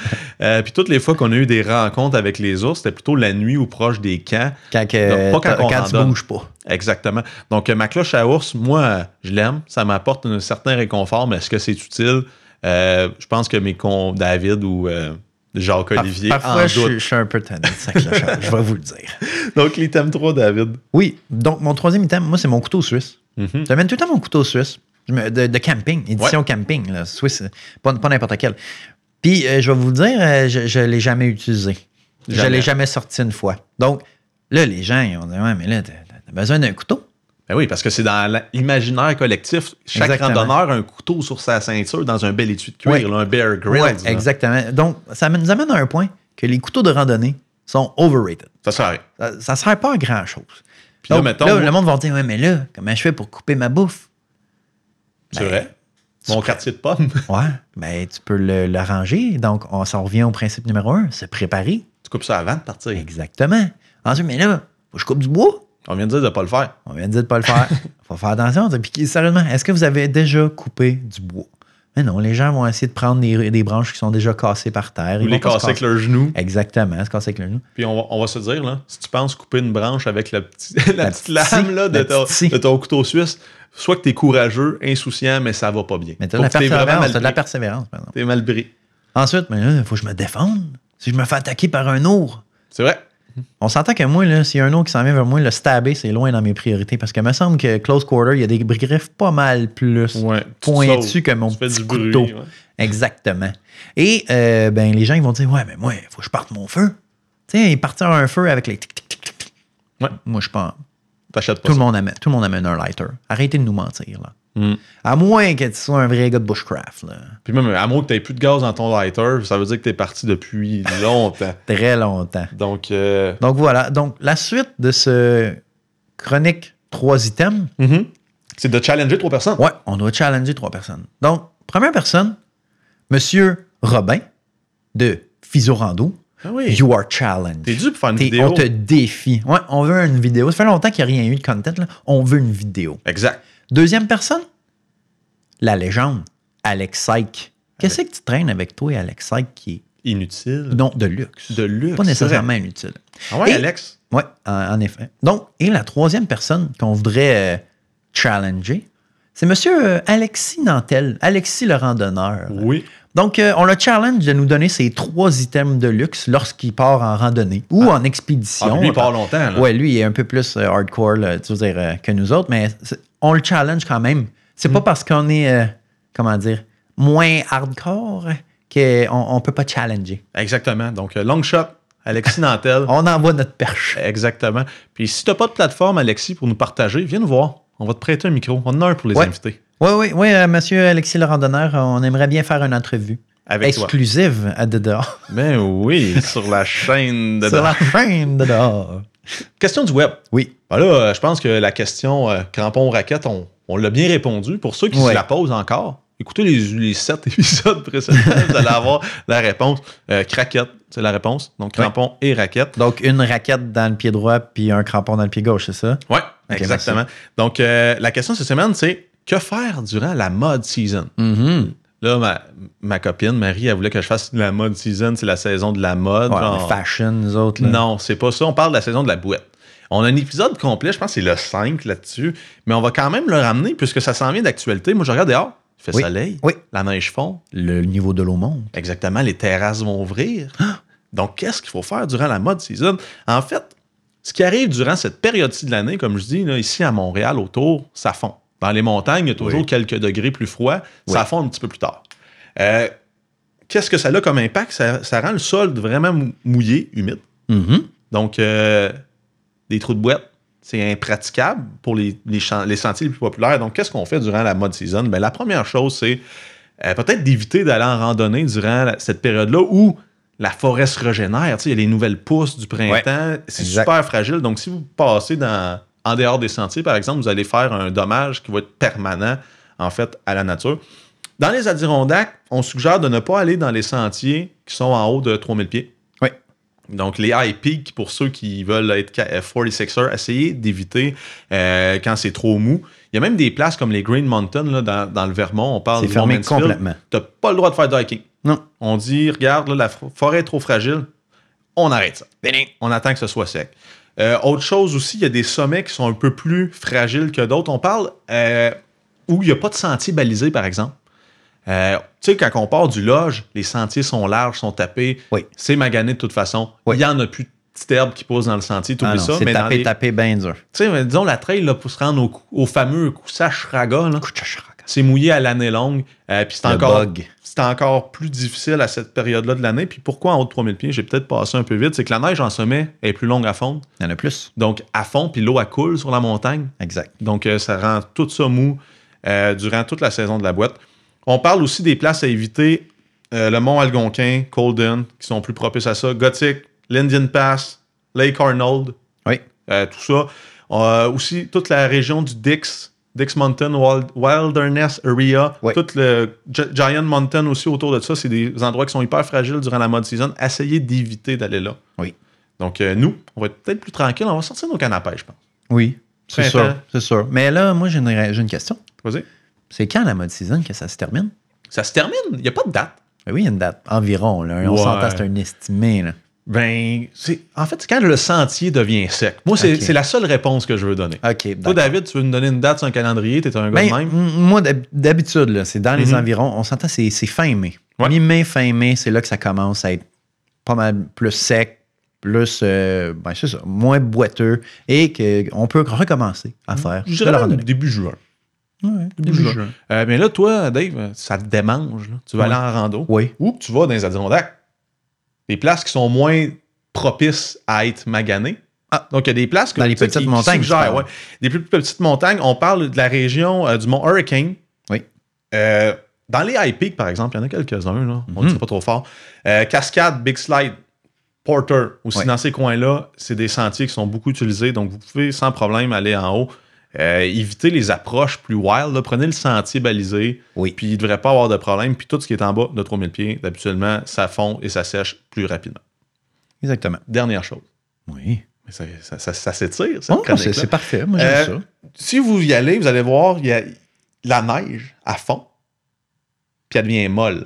S2: Euh, puis toutes les fois qu'on a eu des rencontres avec les ours, c'était plutôt la nuit ou proche des camps.
S1: Quand, que-
S2: Non, pas quand
S1: t'as-
S2: on
S1: quand
S2: en
S1: tu
S2: donne.
S1: bouges pas.
S2: Exactement. Donc, euh, ma cloche à ours, moi, euh, je l'aime. Ça m'apporte un certain réconfort, mais est-ce que c'est utile? Euh, je pense que mes cons David ou euh, Jacques-Olivier
S1: Par-
S2: en
S1: parfois, je,
S2: doutent.
S1: suis- je suis un peu tanné de sa cloche à- je vais vous le dire.
S2: Donc, l'item 3, David.
S1: Oui, donc mon troisième item, moi, c'est mon couteau suisse.
S2: Mhm.
S1: J'amène tout le temps mon couteau suisse Je me- de, de camping, édition camping, là, suisse, pas, pas n'importe quel. Puis, euh, je vais vous le dire, euh, je ne l'ai jamais utilisé. Je
S2: Jamais.
S1: l'ai jamais sorti une fois. Donc, là, les gens, ils ont dit Ouais, mais là, t'as t'as besoin d'un couteau.
S2: Ben oui, parce que c'est dans l'imaginaire collectif. Chaque
S1: Exactement.
S2: randonneur a un couteau sur sa ceinture dans un bel étui de cuir,
S1: Ouais.
S2: là, un Bear Grylls.
S1: Ouais,
S2: là.
S1: exactement. Donc, ça nous amène à un point que les couteaux de randonnée sont overrated.
S2: Ça sert à rien.
S1: Ça, ça sert pas à grand chose.
S2: Puis là, mettons, moi-
S1: le monde va dire Ouais, mais là, comment je fais pour couper ma bouffe
S2: C'est
S1: Ben,
S2: vrai?
S1: tu
S2: Mon
S1: prends-
S2: quartier de pommes.
S1: Ouais, ben, tu peux le, le ranger. Donc, on, ça revient au principe numéro un se préparer.
S2: tu coupes ça avant de partir.
S1: Ben, Exactement. Ensuite, mais là, faut que je coupe du bois.
S2: On vient de dire de pas le faire.
S1: On vient de dire de pas le faire. faut faire attention. Puis, qui- sérieusement, est-ce que vous avez déjà coupé du bois? Mais non, les gens vont essayer de prendre des, des branches qui sont déjà cassées par terre.
S2: Ou
S1: Ils
S2: les
S1: vont pas se
S2: casser avec leurs genoux.
S1: Exactement, se casser avec le genou.
S2: Puis on va, on va se dire, là, si tu penses couper une branche avec la, petit- la
S1: La
S2: petite
S1: petite
S2: lame
S1: scie,
S2: là, de,
S1: la
S2: ton,
S1: petite scie.
S2: de ton couteau suisse, soit que tu es courageux, insouciant, mais ça va pas bien.
S1: Mais t'as
S2: Faut
S1: de la
S2: que t'aies vraiment
S1: persévérance, t'as de la
S2: mal pris.
S1: persévérance, par exemple.
S2: T'es mal pris.
S1: Ensuite, mais là, il faut que je me défende. Si je me fais attaquer par un ours,
S2: C'est vrai.
S1: on s'entend que moi, là, s'il y a un ours qui s'en vient vers moi, le stabber, c'est loin dans mes priorités. Parce que me semble que close quarter, il y a des griffes pas mal plus
S2: Ouais, tu te
S1: pointues
S2: sauves.
S1: que mon
S2: Tu fais
S1: petit
S2: du bruit.
S1: couteau.
S2: ouais.
S1: Exactement. Et euh, ben, les gens ils vont dire Ouais, mais moi, il faut que je parte mon feu. Tu sais, ils partiront un feu avec les tic tic tic tic, tic.
S2: Ouais.
S1: Moi, je pense.
S2: T'achètes pas
S1: Tout le,
S2: ça.
S1: monde amène, tout le monde amène un lighter. Arrêtez de nous mentir, là.
S2: Mm.
S1: À moins que tu sois un vrai gars de bushcraft, là.
S2: Puis même, à moins que t'aies plus de gaz dans ton lighter, ça veut dire que t'es parti depuis longtemps.
S1: Très longtemps.
S2: Donc, euh,
S1: Donc voilà. Donc la suite de ce chronique trois items,
S2: mhm. c'est de challenger trois personnes.
S1: Mm-hmm. ouais, on doit challenger trois personnes. Donc, première personne, Monsieur Robin de Fisorando.
S2: Ah oui.
S1: You are challenged.
S2: T'es dû pour faire une
S1: T'es-
S2: vidéo.
S1: On te défie. Ouais, on veut une vidéo. Ça fait longtemps qu'il n'y a rien eu de content. là. On veut une vidéo.
S2: Exact.
S1: Deuxième personne, la légende, Alex Syke. Qu'est-ce que tu traînes avec toi, Alex Syke, qui est
S2: Inutile.
S1: non de luxe?
S2: De luxe.
S1: Pas nécessairement inutile.
S2: c'est vrai. Ah ouais,
S1: Et-
S2: Alex.
S1: Oui, en, en effet. Donc, et la troisième personne qu'on voudrait euh, challenger, c'est Monsieur euh, Alexis Nantel, Alexis le randonneur.
S2: Oui.
S1: Donc, euh, on le challenge de nous donner ses trois items de luxe lorsqu'il part en randonnée ou en
S2: Ah,
S1: expédition.
S2: puis lui, il part longtemps. là.
S1: Ouais, lui, il est un peu plus euh, hardcore, là, tu veux dire, euh, que nous autres, mais c'est- on le challenge quand même. C'est
S2: Mm.
S1: pas parce qu'on est, euh, comment dire, moins hardcore qu'on on peut pas challenger.
S2: Exactement. Donc, euh, long shot, Alexis Nantel.
S1: On envoie notre perche.
S2: Exactement. Puis si t'as pas de plateforme, Alexis, pour nous partager, viens nous voir. On va te prêter un micro. On en a un pour les
S1: Ouais.
S2: invités.
S1: Oui, oui, oui, euh, monsieur Alexis le randonneur, euh, on aimerait bien faire une entrevue
S2: Avec toi.
S1: exclusive à De dehors.
S2: Ben oui, sur la chaîne de.
S1: Sur la chaîne De dehors.
S2: Question du web.
S1: Oui.
S2: Ben là, euh, je pense que la question euh, crampon raquette, on, on l'a bien répondu. Pour ceux qui se
S1: Ouais.
S2: la posent encore, écoutez les, les sept épisodes précédents, vous allez avoir la réponse. Euh, craquette, c'est la réponse. Donc crampon et raquette.
S1: Donc, une raquette dans le pied droit puis un crampon dans le pied gauche, c'est ça?
S2: Ouais, exactement. Donc euh, la question cette semaine, c'est que faire durant la mode season? Mm-hmm. Là, ma, ma copine, Marie, elle voulait que je fasse la mode season, c'est la saison de la mode.
S1: Ouais,
S2: genre.
S1: fashion, nous autres. là.
S2: non, c'est pas ça. On parle de la saison de la bouette. On a un épisode complet, je pense que c'est le 5 là-dessus, mais on va quand même le ramener puisque ça s'en vient d'actualité. Moi, je regarde dehors, il fait
S1: Oui.
S2: soleil,
S1: Oui.
S2: la neige fond,
S1: Le niveau de l'eau monte.
S2: exactement, les terrasses vont ouvrir. Donc, qu'est-ce qu'il faut faire durant la mode season? En fait, ce qui arrive durant cette période-ci de l'année, comme je dis, là, ici à Montréal, autour, ça fond. Dans les montagnes, il y a toujours
S1: Oui.
S2: quelques degrés plus froid, ça
S1: Oui.
S2: fond un petit peu plus tard. Euh, qu'est-ce que ça a comme impact? Ça, ça rend le sol vraiment mou- mouillé, humide. Mm-hmm. Donc, euh, des trous de boîte, c'est impraticable pour les, les chan- les sentiers les plus populaires. Donc, qu'est-ce qu'on fait durant la mode season? Ben, la première chose, c'est euh, peut-être d'éviter d'aller en randonnée durant la- cette période-là où la forêt se régénère. Tu sais, il y a les nouvelles pousses du printemps. c'est
S1: exact.
S2: super fragile. Donc, si vous passez dans, en dehors des sentiers, par exemple, vous allez faire un dommage qui va être permanent, en fait, à la nature. Dans les Adirondacks, on suggère de ne pas aller dans les sentiers qui sont en haut de 3000 pieds.
S1: Oui.
S2: Donc, les high peaks, pour ceux qui veulent être ca- euh, 46ers, essayez d'éviter euh, quand c'est trop mou. Il y a même des places comme les Green Mountain là, dans, dans le Vermont. On parle
S1: C'est
S2: du
S1: fermé
S2: no man's field.
S1: complètement.
S2: T'as pas le droit de faire du hiking.
S1: Non.
S2: On dit, regarde, là, la fo- forêt est trop fragile. On arrête ça. On attend que ce soit sec. Euh, autre chose aussi, il y a des sommets qui sont un peu plus fragiles que d'autres. On parle euh, où il n'y a pas de sentier balisé, par exemple. Euh, tu sais, quand on part du loge, les sentiers sont larges, sont tapés.
S1: Oui.
S2: C'est magané de toute façon.
S1: Oui.
S2: Il n'y en a plus de petite herbe qui pousse dans le sentier, tout
S1: Ah non,
S2: ça.
S1: c'est
S2: Mais dans
S1: tapé,
S2: les-
S1: tapé bien dur.
S2: tu sais, mais disons la trail là, pour se rendre au, cou- au fameux Koussachraga,
S1: Le
S2: là, c'est mouillé à l'année longue. euh, Puis c'est encore
S1: bug.
S2: c'est encore plus difficile à cette période-là de l'année. Puis pourquoi en haut de 3000 pieds, j'ai peut-être passé un peu vite, c'est que la neige en sommet est plus longue à fondre.
S1: Il y en a plus.
S2: Donc, à fond, puis l'eau, elle coule sur la montagne.
S1: Exact.
S2: Donc, euh, ça rend tout ça mou euh, durant toute la saison de la boîte. On parle aussi des places à éviter. euh, le Mont Algonquin, Colden, qui sont plus propices à ça. Gothic, l'Indian Pass, Lake Arnold,
S1: Oui.
S2: euh, tout ça. Euh, aussi, toute la région du Dix, Dix Mountain Wild- Wilderness Area,
S1: Oui.
S2: tout le Gi- Giant Mountain aussi autour de ça, c'est des endroits qui sont hyper fragiles durant la mode season. Essayez d'éviter d'aller là.
S1: Oui.
S2: Donc, euh, nous, on va être peut-être plus tranquille. On va sortir nos cannes à pêche, je pense.
S1: Oui. C'est
S2: Printemps.
S1: sûr. C'est sûr. Mais là, moi, j'ai une, ré- j'ai une question.
S2: Vas-y.
S1: C'est quand la mode season que ça se termine?
S2: Ça se termine. Il n'y a pas de date.
S1: Ben oui, il y a une date. Environ. Là. On
S2: Ouais.
S1: s'entend, c'est un estimé. Là.
S2: Ben, c'est en fait, c'est quand le sentier devient sec. Moi, c'est
S1: Ok.
S2: c'est la seule réponse que je veux donner.
S1: OK.
S2: Toi,
S1: d'accord.
S2: David, tu veux nous donner une date sur un calendrier, t'es un gars
S1: Ben,
S2: de même.
S1: m- moi, d'hab- d'habitude, là, c'est dans les
S2: Mhm.
S1: environs. On s'entend, c'est c'est fin mai.
S2: Ouais.
S1: Mi-mai, fin mai, c'est là que ça commence à être pas mal plus sec, plus, euh, ben, c'est ça, moins boiteux et qu'on peut recommencer à faire.
S2: Mm-hmm. Je
S1: de la
S2: dirais même
S1: randonnée.
S2: début juin.
S1: Ouais,
S2: Début juin. Euh, mais là, toi, Dave, ça te démange. là. Tu vas
S1: Ouais.
S2: aller en rando.
S1: Oui.
S2: Ou que tu vas dans les Adirondacks. Des places qui sont moins propices à être maganées.
S1: Ah.
S2: Donc, il y a des places que,
S1: Dans les
S2: tu sais,
S1: petites
S2: qui- qui
S1: montagnes,
S2: suggèrent,
S1: tu parles.
S2: ouais. Des plus petites montagnes. On parle de la région euh, du mont Hurricane.
S1: Oui.
S2: Euh, dans les high peaks, par exemple, il y en a quelques-uns. là. On ne
S1: Mhm.
S2: dit pas trop fort. Euh, Cascade, Big Slide, Porter. Aussi,
S1: Ouais.
S2: dans ces coins-là, c'est des sentiers qui sont beaucoup utilisés. Donc, vous pouvez sans problème aller en haut. Euh, évitez les approches plus wild. là. Prenez le sentier balisé.
S1: Oui.
S2: Puis, il ne devrait pas avoir de problème. Puis, tout ce qui est en bas de 3000 pieds, habituellement, ça fond et ça sèche plus rapidement.
S1: Exactement.
S2: Dernière chose.
S1: Oui.
S2: Mais ça, ça- ça- ça s'étire, cette
S1: Oh, c'est
S2: chronique-là.
S1: c'est parfait. Moi, j'aime
S2: Euh,
S1: ça.
S2: Si vous y allez, vous allez voir, il y a la neige à fond, puis elle devient molle.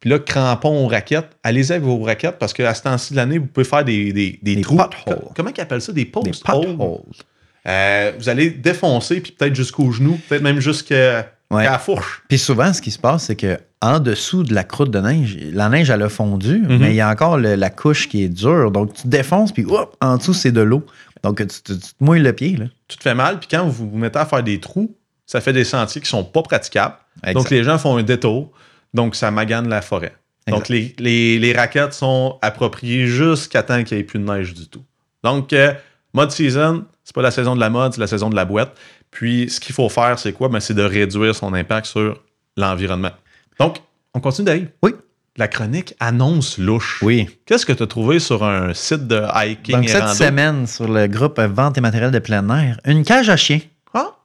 S2: Puis là, crampons aux raquettes, allez-y avec vos raquettes parce qu'à ce temps-ci de l'année, vous pouvez faire des, des, des
S1: Des
S2: trous.
S1: potholes.
S2: Co- Comment ils appellent ça? Des
S1: Des
S2: post
S1: potholes.
S2: Vous allez défoncer, puis peut-être jusqu'aux genoux, peut-être même jusqu'à
S1: Ouais.
S2: à la fourche.
S1: Puis souvent, ce qui se passe, c'est que en dessous de la croûte de neige, la neige, elle a fondu,
S2: Mhm.
S1: mais il y a encore le- la couche qui est dure. Donc, tu te défonces, puis hop, en dessous, c'est de l'eau. Donc, tu, tu- tu te mouilles le pied. Là.
S2: Tout fait mal, puis quand vous vous mettez à faire des trous, ça fait des sentiers qui sont pas praticables. Donc,
S1: Exact.
S2: les gens font un détour, donc ça magane la forêt. Donc, les, les- les raquettes sont appropriées jusqu'à temps qu'il n'y ait plus de neige du tout. Donc, euh, mode season, c'est pas la saison de la mode, c'est la saison de la boîte. Puis, ce qu'il faut faire, c'est quoi? Ben, c'est de réduire son impact sur l'environnement. Donc, on continue d'aller.
S1: Oui.
S2: La chronique annonce louche.
S1: Oui.
S2: Qu'est-ce que tu as trouvé sur un site de hiking
S1: Donc,
S2: et
S1: cette
S2: rando?
S1: semaine, sur le groupe Vente et matériel de plein air, une cage à chien.
S2: Ah,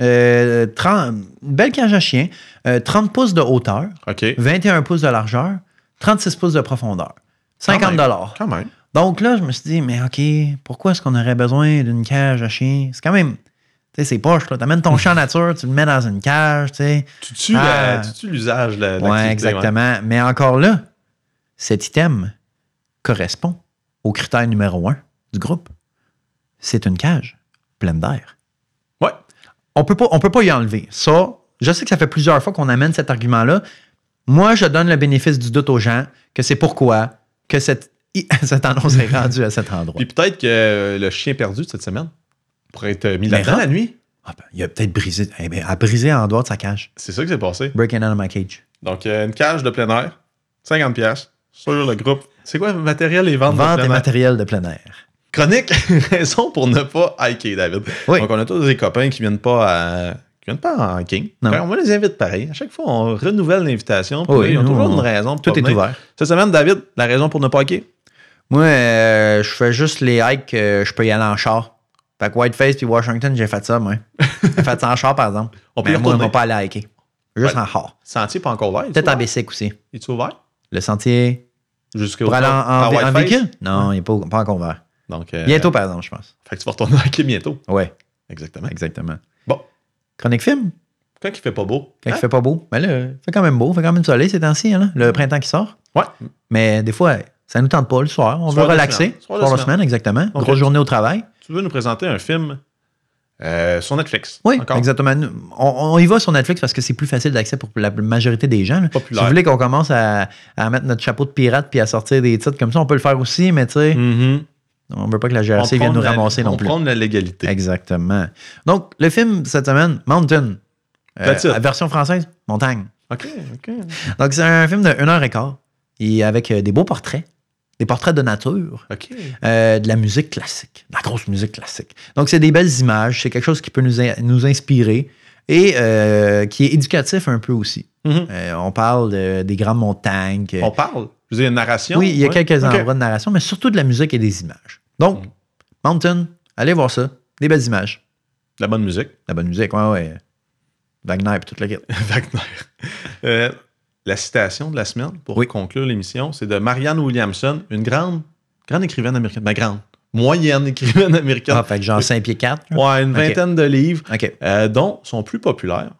S1: Euh, 30 une belle cage à chien, euh, 30 pouces de hauteur,
S2: OK.
S1: 21 pouces de largeur, 36 pouces de profondeur, 50
S2: même.
S1: dollars.
S2: Quand même.
S1: Donc là, je me suis dit, mais OK, pourquoi est-ce qu'on aurait besoin d'une cage à chien? C'est quand même, tu sais, c'est poche, là. T'amènes ton champ nature, tu le mets dans une cage, tu sais.
S2: Tu tues la-
S1: Ah.
S2: tu tues l'usage de la- de l'activité,
S1: Ouais,
S2: ouais.
S1: exactement. Mais encore là, cet item correspond au critère numéro un du groupe. C'est une cage pleine d'air.
S2: Ouais.
S1: On peut pas, on peut pas y enlever. Ça, je sais que ça fait plusieurs fois qu'on amène cet argument-là. Moi, je donne le bénéfice du doute aux gens que c'est pourquoi que cette, cette annonce est rendue à cet endroit.
S2: Puis peut-être que euh, le chien perdu de cette semaine pourrait être euh, mis
S1: Mais
S2: là-dedans
S1: rentre.
S2: la nuit.
S1: Ah ben, il a peut-être brisé, eh ben, a brisé en dehors de sa cage.
S2: C'est ça qui s'est passé.
S1: Breaking out of my cage.
S2: Donc, euh, une cage de plein air, 50 pièces sur le groupe. C'est quoi matériel et vente,
S1: Vente
S2: de
S1: et
S2: Ah, plein air?
S1: matériel de plein air.
S2: Chronique, raison pour ne pas hiker, David.
S1: Oui.
S2: Donc, on a tous des copains qui viennent pas à... Ils viennent pas en king.
S1: Non.
S2: Fait, on les invite pareil. À chaque fois, on renouvelle l'invitation. puis
S1: Oh
S2: là,
S1: oui,
S2: ils ont
S1: nous,
S2: toujours
S1: on-
S2: une raison. pour
S1: Tout
S2: pas
S1: est
S2: venir.
S1: ouvert.
S2: Cette semaine, David, la raison pour ne pas hockey?
S1: Moi, euh, je fais juste les hikes, euh, je peux y aller en char. Fait que Whiteface puis Washington, j'ai fait ça, moi. j'ai fait ça en char, par exemple.
S2: On peut
S1: Mais
S2: y
S1: Ben, moi, on
S2: retourner.
S1: va pas aller hiker. Juste
S2: Ouais.
S1: en char.
S2: Sentier pas encore ouvert.
S1: Peut-être en bicycle aussi.
S2: Es-tu ouvert?
S1: Le sentier.
S2: Jusqu'au
S1: Pour aller en, en,
S2: à
S1: en
S2: Whiteface?
S1: véhicule? Non, il n'est pas, pas encore ouvert.
S2: Donc, euh,
S1: Bientôt, par exemple, je pense.
S2: Fait que tu vas retourner hockey bientôt.
S1: Ouais,
S2: Exactement.
S1: exactement.
S2: Bon.
S1: Chronique film?
S2: Quand il fait pas beau.
S1: Quand
S2: hein?
S1: il fait pas beau. Mais là, il fait quand même beau, il fait quand même soleil ces temps-ci, hein, là, le printemps qui sort.
S2: Ouais.
S1: Mais des fois, ça nous tente pas le soir. On
S2: Soir de
S1: veut relaxer.
S2: semaine.
S1: Soir de semaine, exactement.
S2: Ok.
S1: Grosse journée au travail.
S2: Tu veux nous présenter un film euh, sur Netflix.
S1: Oui,
S2: Encore.
S1: exactement. Nous, On, on y va sur Netflix parce que c'est plus facile d'accès pour la majorité des gens. là. Si
S2: Populaire.
S1: vous voulez qu'on commence à, à mettre notre chapeau de pirate puis à sortir des titres comme ça, on peut le faire aussi, mais tu sais,
S2: Mhm.
S1: on veut pas que la
S2: On
S1: GRC vienne Euh, nous
S2: prône la-
S1: ramasser non
S2: on
S1: plus.
S2: prône la légalité.
S1: Exactement. Donc, le film cette semaine, Mountain. Euh,
S2: That's it.
S1: la version française, Montagne.
S2: OK, OK.
S1: Donc, c'est un film de 1 heure et quart et avec euh, des beaux portraits, des portraits de nature,
S2: OK.
S1: euh, de la musique classique, de la grosse musique classique. Donc, c'est des belles images, c'est quelque chose qui peut nous, in- nous inspirer et euh, qui est éducatif un peu aussi.
S2: Mhm.
S1: Euh, on parle de- des grandes montagnes. que-
S2: On parle. Je veux dire, une narration.
S1: Euh, oui, il y a
S2: ouais.
S1: quelques
S2: OK.
S1: endroits de narration, mais surtout de la musique et des images. Donc,
S2: Mhm.
S1: Mountain, allez voir ça. Des belles images.
S2: La bonne musique.
S1: La bonne musique, ouais, ouais. Wagner et toute la gueule.
S2: Wagner. Euh, la citation de la semaine pour
S1: Oui.
S2: conclure l'émission, c'est de Marianne Williamson, une grande, grande écrivaine américaine. Ben, grande, moyenne écrivaine américaine.
S1: Ah, fait que genre 5 pieds 4.
S2: Ouais, une
S1: Ok.
S2: vingtaine de livres,
S1: OK.
S2: euh, dont son plus populaire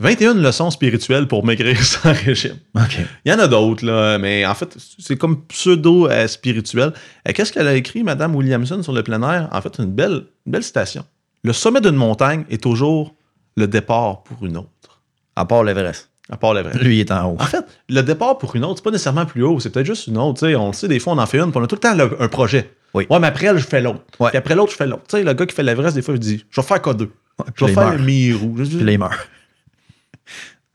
S2: 21 leçons spirituelles pour maigrir sans régime.
S1: OK.
S2: Il y en a d'autres, là, mais en fait, c'est comme pseudo-spirituel. Euh, Qu'est-ce qu'elle a écrit, Madame Williamson, sur le plein air? En fait, une belle, une belle citation. Le sommet d'une montagne est toujours le départ pour une autre.
S1: À part l'Everest.
S2: À part la vraie.
S1: Lui, il est en haut.
S2: En fait, le départ pour une autre, c'est pas nécessairement plus haut, c'est peut-être juste une autre. tu sais. On le sait, des fois, on en fait une, puis on a tout le temps le- un projet.
S1: Oui.
S2: Ouais, mais après, je fais l'autre.
S1: Ouais.
S2: Puis après l'autre, je fais l'autre. Tu sais, le gars qui fait l'Everest, des fois, je dis Je vais faire K2. Je
S1: Puis
S2: vais
S1: les
S2: faire
S1: meurs.
S2: le Mirou. Je-
S1: Puis là, il meurt.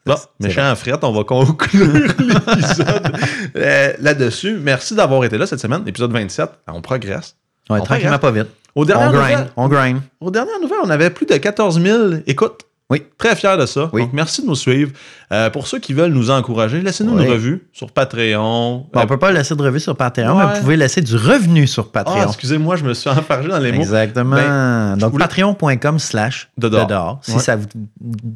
S2: Bon,
S1: c'est
S2: méchant fret, on va conclure l'épisode euh, là-dessus. Merci d'avoir été là cette semaine, épisode 27. On progresse.
S1: Ouais,
S2: On
S1: tranquillement,
S2: progresse.
S1: pas vite.
S2: Aux
S1: On
S2: dernières,
S1: grind.
S2: nouvelles,
S1: On grind.
S2: aux dernières nouvelles, on avait plus de 14 000 écoutes.
S1: Oui.
S2: Très fier de ça.
S1: Oui.
S2: Donc, merci de nous suivre. Euh, pour ceux qui veulent nous encourager, laissez-nous
S1: Oui.
S2: une revue sur Patreon.
S1: Bon,
S2: Euh,
S1: on peut pas laisser de revue sur Patreon, mais
S2: Ouais.
S1: vous pouvez laisser du revenu sur
S2: Ah, Ben,
S1: Patreon.
S2: excusez-moi, je me suis enfargé dans les mots.
S1: Exactement.
S2: je
S1: Donc,
S2: voulais-
S1: patreon.com slash
S2: De dehors.
S1: Si
S2: Ouais.
S1: ça vous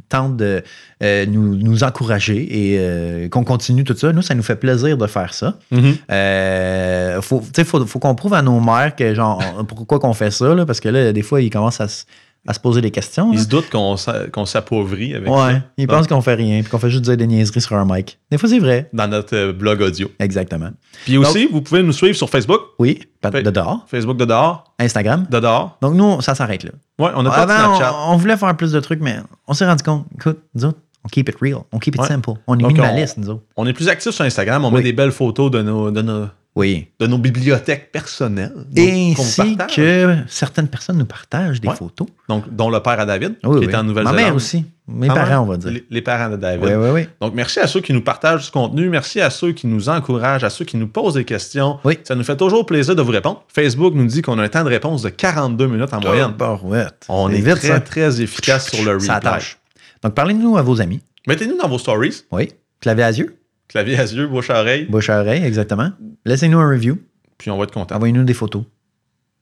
S1: tente de euh, nous, nous encourager et euh, qu'on continue tout ça, nous, ça nous fait plaisir de faire ça.
S2: Mhm.
S1: Euh, faut, tu sais, faut, faut qu'on prouve à nos mères que, genre, on- pourquoi qu'on fait ça, là, parce que là, des fois, ils commencent à, se- à se poser des questions. là.
S2: Ils se doutent qu'on s'a- qu'on s'appauvrit avec
S1: Ouais,
S2: ça. Ah.
S1: ils
S2: Donc,
S1: pensent qu'on fait rien, puis qu'on fait juste dire des niaiseries sur un mic. Des fois, c'est vrai.
S2: dans notre euh, blog audio.
S1: Exactement.
S2: Puis aussi, vous pouvez nous suivre sur Facebook,
S1: Oui, pat-
S2: Fait-
S1: de dehors,
S2: Facebook de dehors,
S1: Instagram.
S2: de dehors.
S1: Donc, nous, ça s'arrête là.
S2: Ouais, on a pas de
S1: Avant,
S2: Snapchat.
S1: ben, on, on voulait faire plus de trucs, mais on s'est rendu compte, écoute, nous autres, on keep it real, on keep it
S2: Ouais.
S1: simple. On est
S2: Donc,
S1: minimaliste, nous autres.
S2: On est plus actifs sur Instagram, on
S1: Oui.
S2: met des belles photos de nos, de nos,
S1: Oui.
S2: de nos bibliothèques personnelles. donc, qu'on vous
S1: Ainsi
S2: partage.
S1: que certaines personnes nous partagent des
S2: Ouais.
S1: photos.
S2: Donc, dont le père à David,
S1: Oui,
S2: qui
S1: oui.
S2: est en
S1: Ma
S2: Nouvelle-Zélande.
S1: mère aussi. Mes
S2: Ta mère?
S1: parents, on va dire.
S2: Les, les parents de David.
S1: Oui, oui, oui.
S2: Donc, merci à ceux qui nous partagent ce contenu. Merci à ceux qui nous encouragent, à ceux qui nous posent des questions.
S1: Oui.
S2: Ça nous fait toujours plaisir de vous répondre. Facebook nous dit qu'on a un temps de réponse de 42 minutes en
S1: Ah,
S2: moyenne.
S1: Tabarouette.
S2: On
S1: C'est
S2: est,
S1: vite,
S2: très,
S1: ça.
S2: très efficace sur le
S1: Ça
S2: replay.
S1: attache. Donc, parlez-nous à vos amis.
S2: Mettez-nous dans vos stories.
S1: Oui. Clavier à yeux,
S2: Clavier à yeux, bouche à oreille.
S1: bouche à oreille, exactement. Laissez-nous un review.
S2: Puis on va être content.
S1: Envoyez-nous des photos.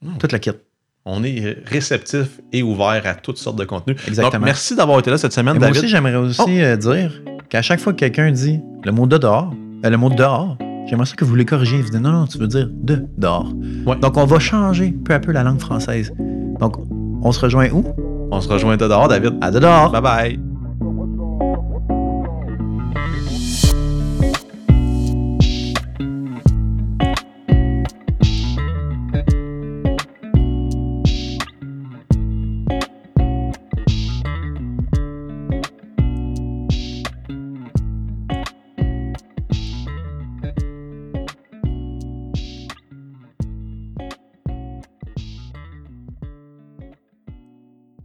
S2: Hmm.
S1: Toute la kit.
S2: On est réceptif et ouvert à toutes sortes de contenus.
S1: Exactement.
S2: Donc, merci d'avoir été là cette semaine,
S1: Et moi
S2: David.
S1: aussi, j'aimerais aussi
S2: Oh.
S1: euh, dire qu'à chaque fois que quelqu'un dit le mot de dehors, euh, le mot de dehors, j'aimerais ça que vous le corrigiez. Vous dites non, non, tu veux dire de dehors.
S2: Ouais.
S1: Donc, on va changer peu à peu la langue française. Donc, on se rejoint où?
S2: On se rejoint de dehors, David.
S1: À de dehors!
S2: Bye bye.